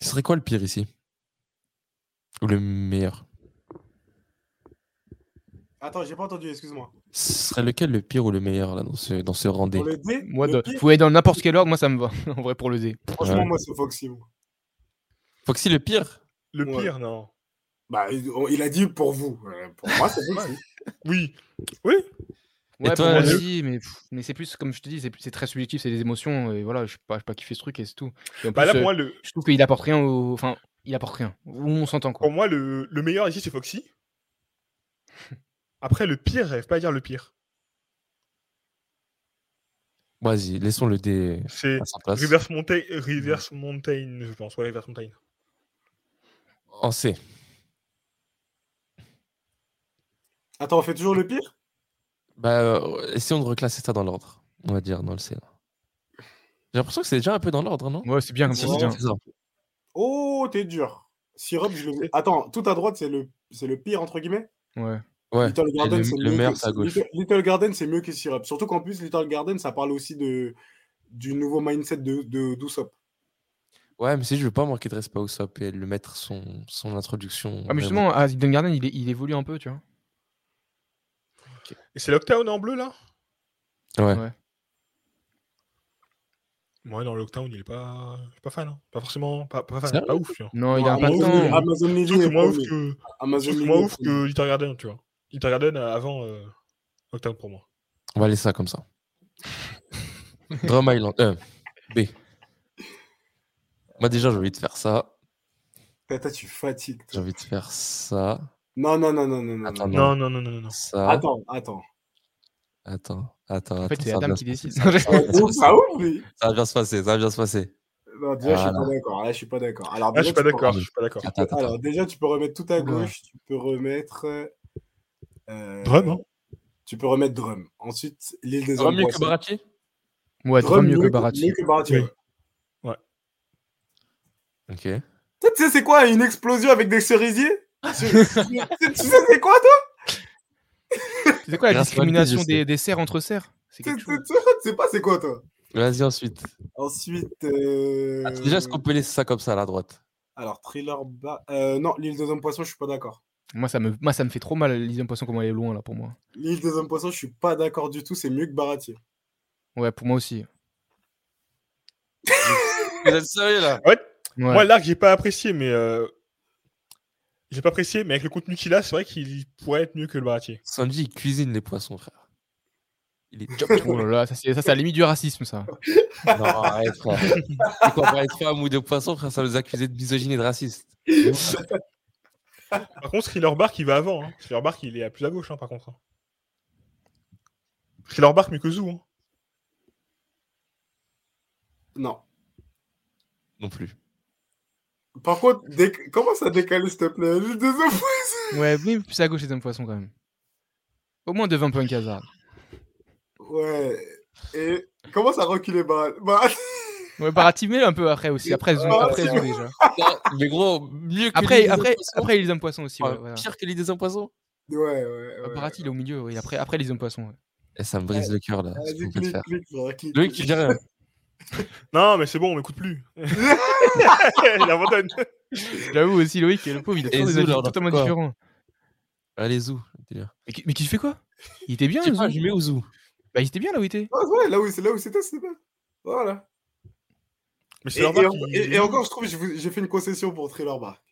Ce serait quoi le pire ici Ou le meilleur
Attends, j'ai pas entendu, excuse-moi.
Ce serait lequel le pire ou le meilleur là, dans ce, dans ce rendez
Pour le D,
Moi,
le
de-
pire,
vous pouvez être dans n'importe quel ordre, moi ça me va. en vrai, pour le D.
franchement,
Ouais.
moi, c'est Foxy. moi.
Foxy, le pire
Le
Ouais.
pire, non.
Bah, il on- il a dit pour vous. Euh, Pour moi, c'est Foxy.
Oui,
Et
Ouais, pour
toi,
moi
Lou
aussi, mais, pff, mais c'est plus, comme je te dis, c'est c'est très subjectif, c'est des émotions, et voilà, je sais pas, je sais pas kiffer ce truc et c'est tout. Et en
bah
plus,
là
euh,
pour moi le,
Je trouve qu'il apporte rien au. Enfin, il apporte rien. Où on s'entend quoi.
pour moi le, le meilleur ici c'est Foxy. Après le pire, j'arrive pas à dire le pire.
Vas-y, laissons le dé
C'est
Ah,
à sa place.
Reverse Mountain, Reverse Mountain, je pense, ouais Reverse Mountain.
En C.
Attends, on fait toujours le pire
Bah, euh, essayons de reclasser ça dans l'ordre, on va dire, dans le C. là. J'ai l'impression que c'est déjà un peu dans l'ordre, non
Ouais, c'est bien comme ça, c'est
Ouais.
bien.
C'est ça.
Oh, t'es dur. Sirop, je le Attends, tout à droite, c'est le... c'est le pire, entre guillemets
Ouais. Ah,
Ouais.
Little
et
Garden,
le-
c'est
le
mieux que-
meilleur, c'est à gauche.
Little, Little Garden, c'est mieux que Syrup. Surtout qu'en plus, Little Garden, ça parle aussi de du nouveau mindset de, de d'Usopp.
Ouais, mais si je veux pas manquer de respect au SOP et le mettre son, son introduction. euh,
Ah, mais
vraiment.
justement, à Hidden Garden, il, est- il évolue un peu, tu vois.
Et c'est l'Octane en bleu là
Ouais.
Ouais.
Ouais, dans l'Octane, il est pas, je suis pas fan, hein. pas forcément, pas, pas fan,
Sérieux
pas ouf. Tu vois.
Non, il
Moi,
a pas
moi,
de
Amazon,
temps.
Amazon Lily
Sauf que
est
moins ouf
premier.
que,
Amazon
sauf que
Lily
moins
est
ouf
premier.
que Little Garden, tu vois. Little Garden euh, avant euh, Octane pour moi.
On va laisser ça comme ça. Drum Island. euh, B. Moi, déjà, j'ai envie de faire ça.
Tata, tu fatigues. toi.
J'ai envie de faire ça.
Non, non, non, non, non. non,
Attends,
Ah non.
Non.
Non, non, non, non, non. non.
Ça.
Attends, attends.
Attends. Attends.
En fait,
attends,
c'est
ça va
Adam
bien
qui
se passer,
décide.
Ah, ça va bien se passer,
Oh, ça ouvre, lui
Ça va bien se passer. Ça va bien se passer.
Non, déjà, je suis
Voilà.
pas d'accord. Là, je suis pas d'accord. Alors,
Ah, je
déjà,
suis pas
tu peux-
d'accord, je suis pas d'accord.
Attends, attends, attends.
Alors, déjà, tu peux remettre tout à
Oula.
gauche. Tu peux remettre. euh,
Drum, hein
Tu peux remettre Drum. Ensuite, l'île des
Ça va
hommes.
mieux que
poissons.
Barachi
Ouais, trop
Drum
mieux que Barachi.
Mieux que Barachi,
Oui.
ouais.
Ok.
Tu sais, tu sais, c'est quoi une explosion avec des cerisiers tu, tu sais, tu sais, c'est quoi, toi
C'est quoi la
Grâce à One Piece,
discrimination
je
des, des serres entre serres C'est
tu,
quelque
tu-
chose.
tu sais pas, c'est quoi, toi
Vas-y, ensuite.
Ensuite. euh,
Attends, Ah, déjà, est-ce qu'on peut laisser ça comme ça à la droite
Alors, thriller bas. Euh, non, l'île des hommes poissons, je suis pas d'accord.
Moi ça, me, moi, ça me fait trop mal, l'Elysium Poisson, comment elle est loin là pour moi.
L'île des hommes poissons, je suis pas d'accord du tout, c'est mieux que Baratier.
Ouais, pour moi aussi.
Vous êtes sérieux là
Ouais,
Ouais.
Moi, l'arc, j'ai pas apprécié, mais. euh, J'ai pas apprécié, mais avec le contenu qu'il a, c'est vrai qu'il pourrait être mieux que le baratier.
Sanji, il cuisine les poissons, frère. Il est chop
Oh là là, ça c'est ça, c'est à la limite du racisme ça.
Non, arrête, frère. C'est quoi, parler de femme ou de poisson, frère, ça nous accusait de misogyne et de raciste.
Par contre, Thriller Bark, il va avant. Hein. Thriller Bark, il est à plus à gauche, hein, par contre. hein. Thriller Bark, mieux que Zoo. hein.
Non.
Non plus.
Par contre, déc- commence à décaler, s'il te plaît. L'île des hommes poissons.
Ouais, mais plus à gauche les hommes poissons quand même. Au moins de 20 points de Khazar.
Ouais. Et commence à reculer, Baratier. Bah,
Ouais, Barati, mets-le un peu après aussi. Après Zou,
Ah,
après
c'est
Zou déjà.
Mais gros, mieux que
Après,
l'île des
après,
poissons.
après Elysium Poisson aussi.
Enfin,
ouais, voilà.
Pire que l'île des hommes poissons
ouais, ouais. ouais.
Barati, il est au milieu, oui. Après, après Elysium Poisson. ouais.
Et Eh, ça me brise le cœur là. ce que
Vas-y,
vous faites
clique,
faire.
clique, frère, clique.
Loïc, tu dis rien.
Non, mais c'est bon, on m'écoute plus. il abandonne.
J'avoue aussi, Loïc, le pauvre, il a
Et
toujours des
Zou,
avis
là, on en fait
totalement
quoi
différents.
Allez, Zou. le délire.
Mais, qui- mais qui fait quoi Il était bien,
Je sais
Zou.
pas, je mets au Zou.
Bah, il était bien là où il était.
Ah, ouais, là où, c'est là où c'était, c'était pas. Voilà.
Mais
Et,
Thriller
et
Bark,
en-
il-
et- et encore, je trouve, je vous- j'ai fait une concession pour Thriller Bark.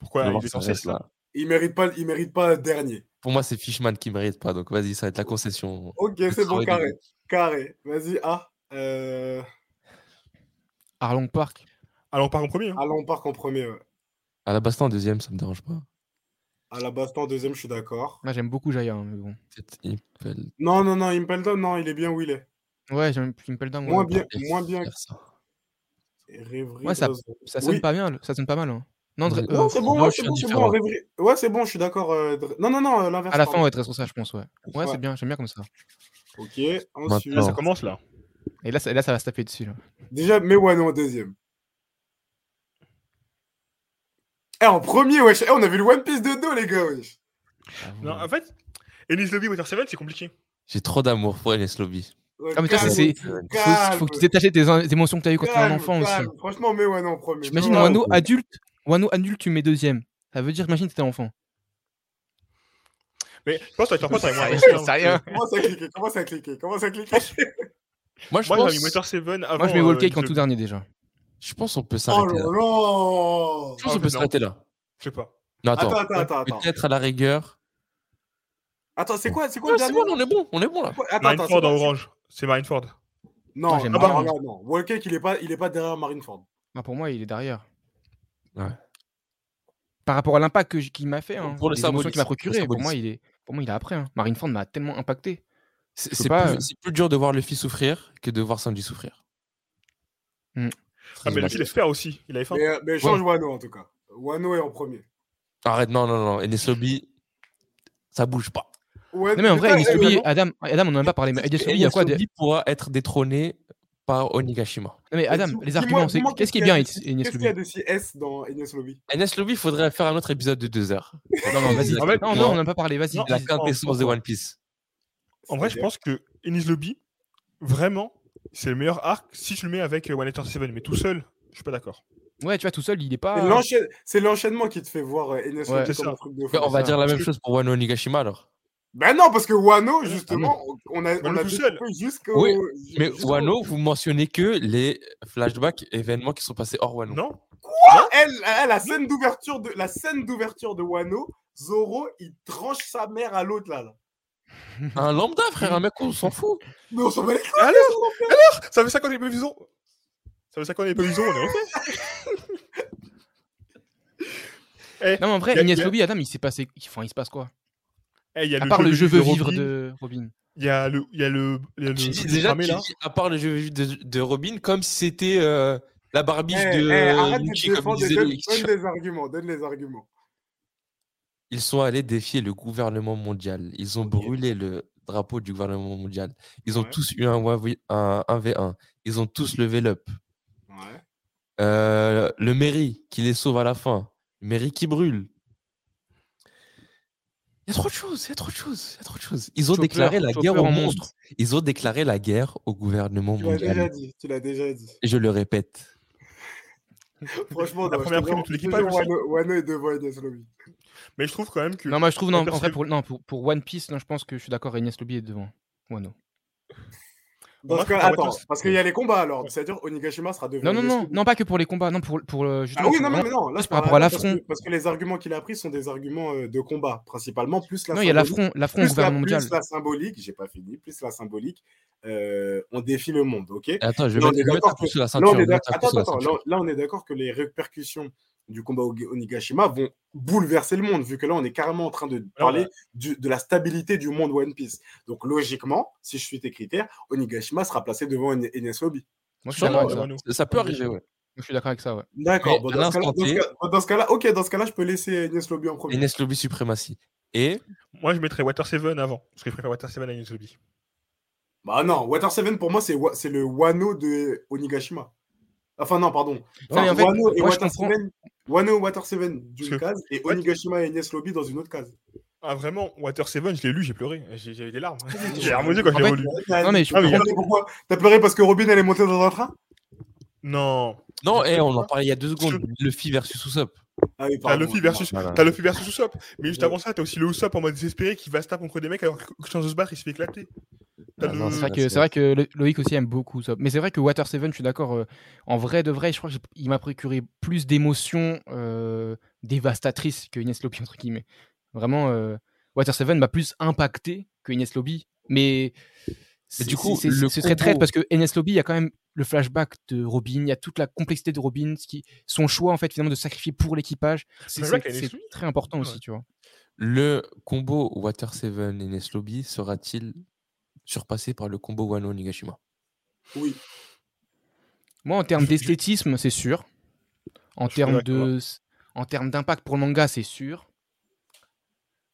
Pourquoi
Je vais voir
Il est
si
en
ça reste
16, là.
là.
Il mérite pas, il mérite pas dernier.
Pour moi, c'est Fishman qui mérite pas, donc vas-y, ça va être la concession.
Ok,
Le
Ah
c'est bon,
travail de
carré,
groupe.
carré. Vas-y, A. Euh,
Arlong Park.
Alors, on part en premier. hein.
allons Park en premier. ouais.
À la Basta en deuxième, ça me dérange pas.
À la Baston en deuxième, je suis d'accord.
Moi, j'aime beaucoup Jaya, hein, mais bon.
Peut-être Impel-
Non, non, non, Impel Down, non, il est bien où il est.
Ouais, j'aime plus Impel Down.
Moins
ouais.
bien,
Peut-être
moins bien.
faire ça.
que Rêverie.
Ouais,
d'Oz-
Ça sonne
Oui. Oh,
pas bien, le- ça sonne pas mal. hein. Non, Dre-
Mais-
euh,
Non, c'est bon,
moi,
ouais,
je
c'est
suis
bon, c'est bon.
indifférent.
Reverie- Ouais, c'est bon, je suis d'accord. euh, Dre- Non, non, non, euh, l'inverse.
à la fin,
pardon.
ouais, très ça, je pense, ouais. Ouais,
Ouais.
c'est bien, j'aime bien comme ça.
Ok, ensuite.
Maintenant.
Ça commence là.
Et là, ça, là, ça va se taper dessus. là.
Déjà, mais ouais, non, en deuxième. Eh, en premier, wesh. Eh, on a vu le One Piece de dos, les gars, wesh.
Ah ouais.
Non, ah, en fait, Ennis Lobby Water Seven, c'est compliqué.
J'ai trop d'amour pour Enes Lobby.
Ouais,
Ah, mais toi,
calme,
c'est- Faut,
calme,
faut que tu détaches tes in- émotions que t'as eues quand t'étais un
calme,
enfant aussi.
calme. Franchement, mais ouais, non, en premier.
J'imagine
Non,
Wano adulte, Wano adulte, tu mets deuxième. Ça veut dire, imagine, t'étais enfant.
Mais je pense que Water Seven, ça
Ah,
va être moins. hein.
C'est rien.
Commence à cliquer, commence à cliquer, commence à cliquer.
Moi, je
Moi, j'aurais mis
pense,
Water Seven avant.
Moi, je mets
euh,
Wallcake en
Ennis
tout
Lobby.
dernier déjà.
je pense qu'on peut
Oh
s'arrêter là.
là
Je
là
pense qu'on peut
Ah, non.
s'arrêter là.
Je sais pas.
Non, attends.
Attends, attends, attends, attends.
Peut-être à la rigueur.
Attends, c'est quoi, c'est quoi
Ouais,
le
c'est
dernier
bon, on est bon, on est bon là.
Quoi Attends, attends,
Marineford
c'est
en
quoi
orange. C'est Marineford. Ah,
Non,
Moi, j'aime
ah bah,
bien.
non, non. Wallcake, il est pas, il est pas derrière Marineford.
Ah, pour moi, il est derrière.
Ouais.
Par rapport à l'impact que j- qu'il m'a fait, hein,
Pour le
les émotions
symbolisme,
qu'il m'a
pour le
procuré, pour moi,
symbolisme.
il est, pour moi, il est après. Hein. Marineford m'a tellement impacté.
C'est
peux
c'est
pas,
plus,
euh.
c'est plus dur de voir Luffy souffrir que de voir Sanji souffrir.
Hmm.
Très
Ah, mais
dommage.
Luffy il espère aussi. Il avait faim.
Mais, euh, mais change Wano en tout cas. Wano est en premier.
Arrête, non, non, non. Enes Lobby, ça bouge pas.
Ouais,
Non, mais en vrai,
putain,
Enes
eh,
Lobby,
vraiment.
Adam, Adam, on en a pas parlé, Eh, mais Enes Lobby, il y a
Enes
quoi de-
Lobby pourra être détrôné par Onigashima.
Non, mais Adam,
Dis-moi-
les
dis-moi-
arguments, c'est
dis-moi
qu'est-ce qui est
qu'il y
bien,
a
Enes
de-
Lobby
Qu'est-ce qu'il y a de si S dans Ignace Lobby
Enes Lobby, il faudrait faire un autre épisode de deux heures.
Non, non, vas-y.
En fait,
Non,
moi-
non, on n'en a pas parlé, vas-y.
Non,
La
dis-
quintessence de One Piece.
En vrai, je
C'est-à-dire
pense que Ennis Lobby, vraiment, c'est le meilleur arc si tu le mets avec euh, One Water Seven. Mais tout seul, je suis pas d'accord.
Ouais, tu vois, tout seul, il est
C'est
pas.
l'enchaî- C'est l'enchaînement qui te fait voir euh, Ignace
Ouais,
Lobby
Ah. c'est
comme
ça.
un truc de fou.
On va
ça.
dire la même
Parce que-
chose pour Wano Onigashima alors.
Ben non, parce que Wano, justement, on a,
Ah Wano
on a
tout seul.
découpé jusqu'au.
Oui, Mais
jusqu'au-
Wano, vous mentionnez que les flashbacks événements qui sont passés hors Wano.
Non
Elle, elle, la scène d'ouverture de la scène d'ouverture de Wano, Zoro, il tranche sa mère à l'autre là. là.
Un lambda, frère, un mec, on s'en fout.
Mais on s'en bat les couilles,
Ah, Alors
Zoro, frère.
Ça fait 50 épisodes Ça fait 50 épisodes, on est refait
Non, mais en
Y
vrai,
a-
Ignace
y a-
Lobby, Adam, il s'est passé. Enfin, il se passe quoi
Eh, il y a
À part le je
jeu
veux
de
vivre
Robin,
de Robin.
Il y a le. Il y a le. Il y a le.
Tu dis
le
déjà,
cramé,
tu
là.
dis, à part le jeu de, de Robin, comme si c'était euh, la barbiche
Eh,
de
eh, arrête de
Lucci,
te
comme
défendre,
disait
donne,
Lucci.
donne les arguments, donne les arguments.
Ils sont allés défier le gouvernement mondial. Ils ont brûlé le drapeau du gouvernement mondial. Ils ont
Ouais.
tous eu un, 1v1. Ils ont tous levé l'up.
Ouais.
Euh, le mairie qui les sauve à la fin. Le mairie qui brûle. Il y a trop de choses, il y a trop de choses, il y a trop de choses. Ils ont
Chopper-
déclaré la
Chopper
guerre au
en
monde.
monstre.
Ils ont déclaré la guerre au gouvernement
Tu l'as déjà
mondial.
dit, tu l'as déjà dit.
Je le répète.
Franchement,
La
non, je
première
te
prime de
jure-
toute l'équipe,
je te jure,
elle aussi.
Wano, Wano est devant Ignace Lobby.
Mais je trouve quand même que.
Non, moi, je trouve, non,
Chopper,
en vrai,
c'est-
pour, non, pour, pour One Piece, non, je pense que je suis d'accord, Ignace Lobby est devant. Wano.
Dans
Moi,
ce
je
cas,
trouve que
attends,
Wano-
parce qu'il y a les combats alors. C'est-à-dire Onigashima sera devant.
Non, non,
Ignace
non,
Lobby.
non, pas que pour les combats, non, pour, pour le.
Ah
justement,
oui, non,
pour
mais
vraiment-
non, là je
par
parle
rapport à
parce
l'affront.
que- Parce que les arguments qu'il a pris sont des arguments euh, de combat, principalement, plus la
Non, il y a
symbolique-
l'affront, l'affront au
plus la,
gouvernement mondial.
plus la symbolique, j'ai pas fini, plus la symbolique, euh, on défie le monde, ok
Et Attends, je vais
Non, on
mettre,
est
je vais mettre un
d'accord
coup
que-
sous la
Là,
ceinture.
on
je
est
vais
d'ac-
mettre un coup
attends,
sous la
attends,
ceinture.
là- là, on est d'accord que les répercussions du combat au Onigashima vont bouleverser le monde, vu que là, on est carrément en train de parler
bah.
du- de la stabilité du monde One Piece. Donc, logiquement, si je suis tes critères, Onigashima sera placé devant Ines Lobby.
Moi, je suis
Sûrement,
d'accord avec
ouais,
ça.
Wano.
Moi,
ça. ça peut arriver, ouais.
je suis d'accord avec ça, ouais.
Mais
D'accord. bon,
à
dans, ce cas-là-
l'instant
dans ce
T-
cas- dans ce cas-là, ok, dans ce cas-là, je peux laisser Ines Lobby en premier.
Ines Lobby suprématie. Et
Moi, je mettrais Water Seven avant. Parce que je préfère Water Seven à Ennis Lobby.
Bah non, Water Seven pour moi c'est wa- c'est le Wano de Onigashima. Enfin non, pardon.
Non, mais en fait,
Wano et
moi, je
Water
comprends.
Seven, Wano et Water Seven d'une
Parce que-
case et
Ouais.
Onigashima et Ines Lobby dans une autre case.
Ah, vraiment, Water Seven, je l'ai lu, j'ai pleuré. J'ai j'ai eu des larmes. J'ai arrosé quand
En
je l'ai
fait-
relu.
Non, mais je
Ah, mais
T'as
il y a-
pleuré pourquoi T'as pleuré parce que Robin elle est montée dans un train
Non.
non,
Je
et
sais
on en
pas.
parlait il y a deux secondes.
Je-
Luffy versus Usopp.
Ah oui,
T'as
pardon.
Luffy versus.
Voilà.
T'as Luffy versus Usopp, mais juste avant ça, t'as aussi le Usopp en mode désespéré qui va se taper contre des mecs alors que que chance de se battre, il se fait éclater. T'as
Ah
le-
non,
C'est
Ouais,
vrai, que,
c'est
c'est vrai que Lo- Loïc aussi aime beaucoup ça. Mais c'est vrai que Water Seven, je suis d'accord. euh, en vrai de vrai, je crois qu'il m'a procuré plus d'émotions euh, dévastatrices que Inès Lobby, entre guillemets. Vraiment, euh, Water Seven m'a plus impacté que Inès Lobby. Mais c'est-
du coup,
c'est-
le
c'est c'est très
combo-
traite parce que Inès Lobby, il y a quand même le flashback de Robin, il y a toute la complexité de Robin, ce qui, son choix, en fait, finalement, de se sacrifier pour l'équipage. C'est
flashback
c'est-
à Ines
c'est
Lobby
très
Ah
important
Ouais.
aussi, tu vois.
Le combo Water Seven Ines Lobby sera-t-il surpassé par le combo Wano Nigashima
Oui.
Moi, en termes
Je- je-
d'esthétisme, c'est sûr. En
Je suis pas
termes
d'accord.
de, en En termes d'impact pour le manga, c'est sûr.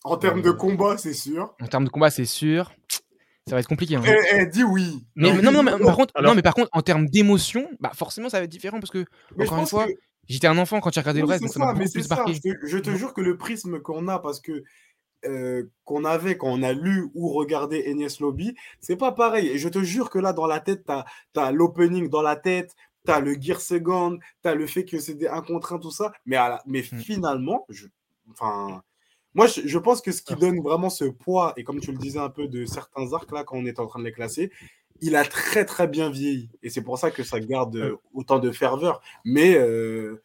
En termes
Euh.
de combat, c'est sûr.
En termes de combat, c'est sûr. Ça va être compliqué. hein.
Eh, eh, dis oui.
Mais,
Non,
mais non, non, mais, par contre,
euh, Alors-
non, mais par contre, en termes d'émotion, bah forcément, ça va être différent parce que
Mais je
encore une
pense
fois,
que-
j'étais un enfant quand j'ai regardé le
Oui,
reste,
c'est
donc ça m'a
ça, mais
beaucoup
c'est
plus
ça.
marqué.
Je te- je te jure que le prisme qu'on a, parce que euh, qu'on avait quand on a lu ou regardé Enies Lobby, c'est pas pareil. Et je te jure que là, dans la tête, t'as as, l'opening dans la tête, t'as le Gear Second, t'as le fait que c'est des 1 contre 1, tout ça. Mais, à la- mais
Mm.
finalement, je, enfin, moi, je, je pense que ce qui donne vraiment ce poids, et comme tu le disais un peu de certains arcs là, quand on est en train de les classer, il a très très bien vieilli. Et c'est pour ça que ça garde euh, autant de ferveur. Mais euh,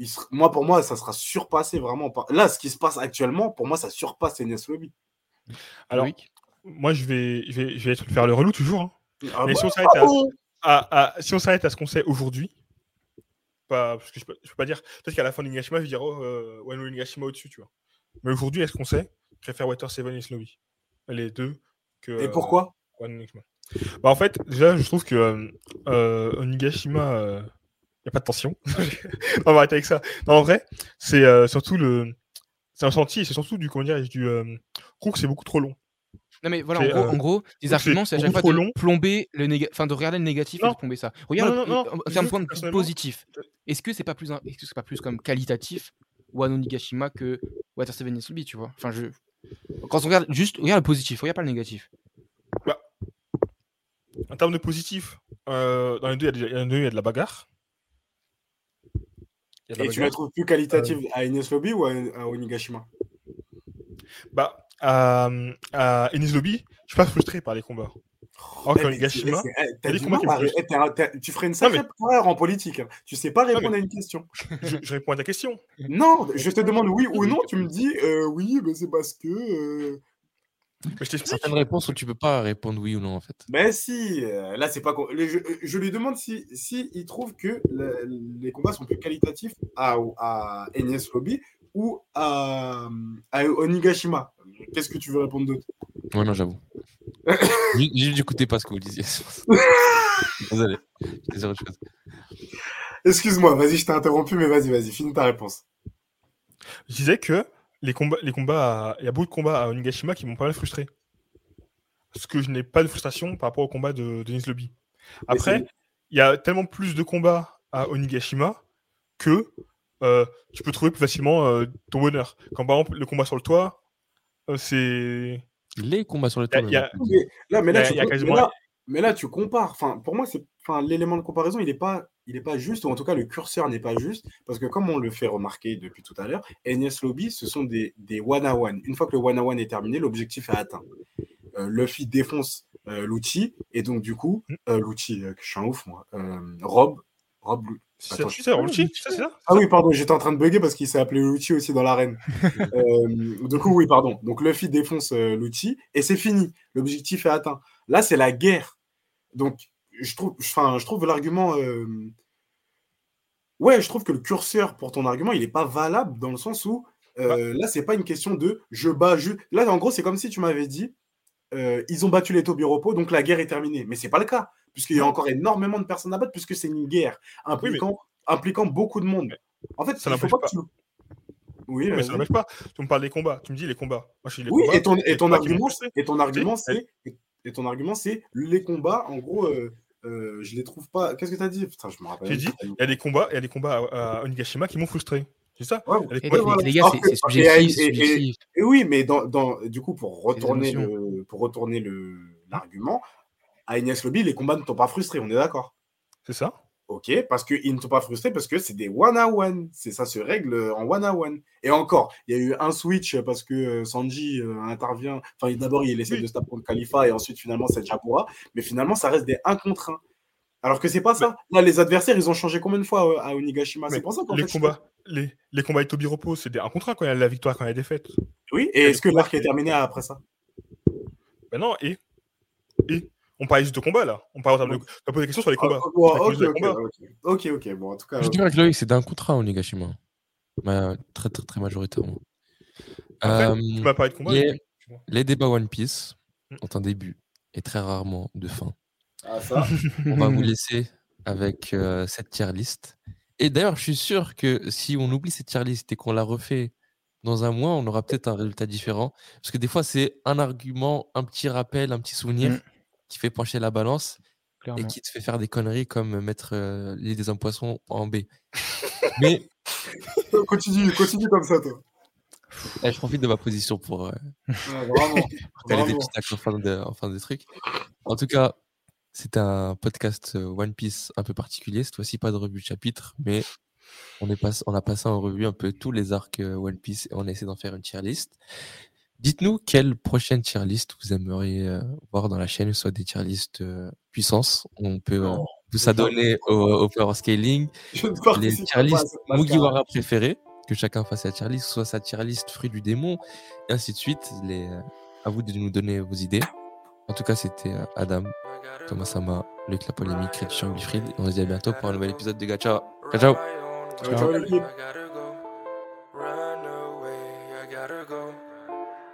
il ser- moi, pour moi, ça sera surpassé vraiment. Par... Là, ce qui se passe actuellement, pour moi, ça surpasse Enes Lobby.
Alors,
Loïc
moi, je vais, je vais, je vais être faire le relou toujours. hein.
Ah
Mais
bon
si on s'arrête à,
bon
à- à- si on s'arrête à ce qu'on sait aujourd'hui, pas, parce que je peux, je peux pas dire. Peut-être qu'à la fin de Nigashima, je vais dire oh, euh, Wano et Nigashima au-dessus, tu vois. Mais aujourd'hui, est-ce qu'on sait Je préfère Water Seven et Snowy. Les deux. Que,
Et
euh,
pourquoi
Wano et Nigashima. Bah, en fait, déjà, je trouve que euh, euh, Onigashima, euh, y a pas de tension. on va arrêter avec ça. Non, en vrai, c'est euh, surtout le. C'est un senti, et c'est surtout du. Comment dire Du. euh, je trouve que c'est beaucoup trop long.
Non, mais voilà, en
c'est,
gros,
euh,
en gros, les
c'est
arguments, c'est à chaque
beaucoup
fois
trop
de
long.
plomber le négatif, enfin de regarder le négatif et
Non.
de plomber ça. Regarde,
Non,
le-
non, non,
en- en
je
termes de
trouve
point de
que
vue
personnellement-
positif, est-ce que c'est pas plus, un- est-ce que c'est pas plus comme qualitatif Wano Nigashima que Water Seven Nesubi, tu vois Enfin, je. Quand on regarde juste, regarde le positif, regarde pas le négatif.
En termes de positif, euh, dans les deux, il y, a des- dans les deux, il y a de la bagarre. Il y a de la
Et tu
bagarre.
la trouves plus qualitative à Enes Lobby ou à, à Onigashima
Bah, à, à Ennis Lobby, je suis pas frustré par les combats. Alors
Eh,
qu'à
mais
Oh, Onigashima,
c'est- eh, t'as
il y a des
du
combats qui
mal à
me
ré-
frustrent.
eh, t'as- t'as- Tu ferais une sacrée
mais-
erreur en politique. hein. Tu sais pas
mais-
répondre à une question.
je, je réponds à ta question.
Non, je te demande oui ou non. Tu me dis euh, oui, mais c'est parce que. euh,
Mais je t'explique.
Certaines réponses où tu peux pas répondre oui ou non, en fait.
Ben si, euh, là c'est pas. con- les- Je, je lui demande si, si il trouve que le- les combats sont plus qualitatifs à, à Enes Lobby ou à, à Onigashima. Qu'est-ce que tu veux répondre d'autre
Ouais, non, j'avoue. J'ai j'ai dû écouter pas ce que vous disiez. Désolé. J'étais sur autre chose.
Excuse-moi, vas-y, je t'ai interrompu, mais vas-y, vas-y, finis ta réponse.
Je disais que les combats, les combats à- il y a beaucoup de combats à Onigashima qui m'ont pas mal frustré. Parce que je n'ai pas de frustration par rapport au combat de Denis Lobby. Après,
c'est-
il y a tellement plus de combats à Onigashima que euh, tu peux trouver plus facilement euh, ton bonheur. Quand par exemple, le combat sur le toit, euh, c'est.
Les combats sur le
y a-
toit.
y a-
Mais là, mais là,
Il y a-
tu,
il y a
com-
quasiment-
mais là- mais là, tu compares. Enfin, pour moi, c'est, enfin, l'élément de comparaison, il n'est pas, il est pas juste, ou en tout cas, le curseur n'est pas juste, parce que comme on le fait remarquer depuis tout à l'heure, NS Lobby, ce sont des, des one-à-one. Une fois que le one-à-one est terminé, l'objectif est atteint. Euh, Luffy défonce euh, Lucci, et donc, du coup,
Hmm.
euh, Lucci, euh, que je suis un ouf, moi, euh, Rob, Rob, Lu-
C'est
Attends,
tu sais, Orochi, tu sais, c'est ça
ah oui, pardon, j'étais en train de bugger parce qu'il s'est appelé Lucci aussi dans l'arène. euh, du coup, oui, pardon. Donc Luffy défonce euh, Lucci et c'est fini. L'objectif est atteint. Là, c'est la guerre. Donc, je trouve, enfin, je trouve l'argument. euh, Ouais, je trouve que le curseur pour ton argument, il n'est pas valable dans le sens où euh,
Bah
là, c'est pas une question de je bats, je. Là, en gros, c'est comme si tu m'avais dit euh, ils ont battu les Tobiropo, donc la guerre est terminée. Mais c'est pas le cas, puisqu'il y a encore énormément de personnes à battre, puisque c'est une guerre impliquant, impliquant beaucoup de monde. En fait,
Ça
il faut
n'empêche
pas que tu. Oui, euh,
Mais
vas-y.
ça n'empêche pas. Tu me parles des combats. Tu me dis les combats. Moi, je dis les
oui
combats.
et ton,
les
et ton
combats qui m'ont
argument,
frustré.
et ton argument,
Tu sais,
c'est et ton argument, c'est les combats. En gros, euh, euh, je les trouve pas. Qu'est-ce que t'as dit Putain, je me rappelle.
J'ai
même
dit,
plus.
Il y a des combats, il y a des combats à, à Onigashima qui m'ont frustré. C'est ça
Ouais,
Il y a des
Eh, mais
combats qui m'ont-
voilà.
Les gars,
Alors
c'est
que-
c'est
et-
subjectif, c'est
et- et-
subjectif.
Et oui, mais dans, dans- du coup, pour retourner
émotions.
le, pour retourner le l'argument, à Ignace Lobby, les combats ne t'ont pas frustré, on est d'accord.
C'est ça
Ok, parce qu'ils ne t'ont pas frustré parce que c'est des one-à-one. C'est ça se règle en one-à-one. Et encore, il y a eu un switch parce que euh, Sanji euh, intervient. Enfin, il- d'abord, il essaie
Oui.
de se taper contre Khalifa et ensuite, finalement, c'est Japura. Mais finalement, ça reste des 1 contre 1. Alors que c'est pas ça. Là, les adversaires, ils ont changé combien de fois euh, à Onigashima C'est
Mais
pour ça qu'en
les
fait, je-
combats, les, les combats avec Toby Repos, c'est des- un contrat quand il y a la victoire, quand il y a la défaite.
Oui, et est-ce que l'arc est terminé après ça
Ben non, et Et On parle juste de combats là. On parle en termes de. Tu as posé des questions sur les combats.
Ah, bon,
à cause
ok,
des
ok,
combats.
ok. Ok, ok, bon, en tout
Ah,
cas.
Je
euh,
dirais que Loïc, c'est d'un contrat, Onigashima. Bah, très, très, très majoritairement.
Après,
Euh,
Tu m'as parlé de combats.
les,
tu vois.
les débats One Piece
Mm.
ont un début et très rarement de fin.
ah, ça.
Hum.
On va vous laisser avec euh, cette tier list Et d'ailleurs, je suis sûr que si on oublie cette tier list et qu'on la refait dans un mois, on aura peut-être un résultat différent. Parce que des fois, c'est un argument, un petit rappel, un petit souvenir
Mm.
qui fait pencher la balance et
clairement.
qui te fait faire des conneries comme mettre euh, l'île des hommes poissons en B. Mais
Continue, continue comme ça, toi.
eh, je profite de ma position pour euh,
Ouais, vraiment.
caler des
Bravo.
petits tacles en fin de, en fin de truc. En tout cas, c'est un podcast euh, One Piece un peu particulier. Cette fois-ci, pas de revue de chapitre, mais on, est pass- on a passé en revue un peu tous les arcs euh, One Piece et on a essayé d'en faire une tier list. Dites-nous quelle prochaine tier list vous aimeriez euh, voir dans la chaîne, soit des tier list euh, puissance. On peut euh,
Non,
vous adonner au, au power scaling,
Je ne
les
participe pas
tier
à
list
cette mascarade.
Mugiwara préférée, que chacun fasse sa tier list, soit sa tier list fruit du démon, et ainsi de suite. Les... À vous de nous donner vos idées. En tout cas, c'était euh, Adam, Thomas Sama, Luc La Polémique, Christian Guifrid. On se dit à bientôt pour un nouvel épisode de Gacha. Ciao, ciao.
Ciao, ciao, l'équipe.
I gotta go. Run away, I gotta go.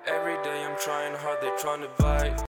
Every day I'm trying hard, they trying to bite.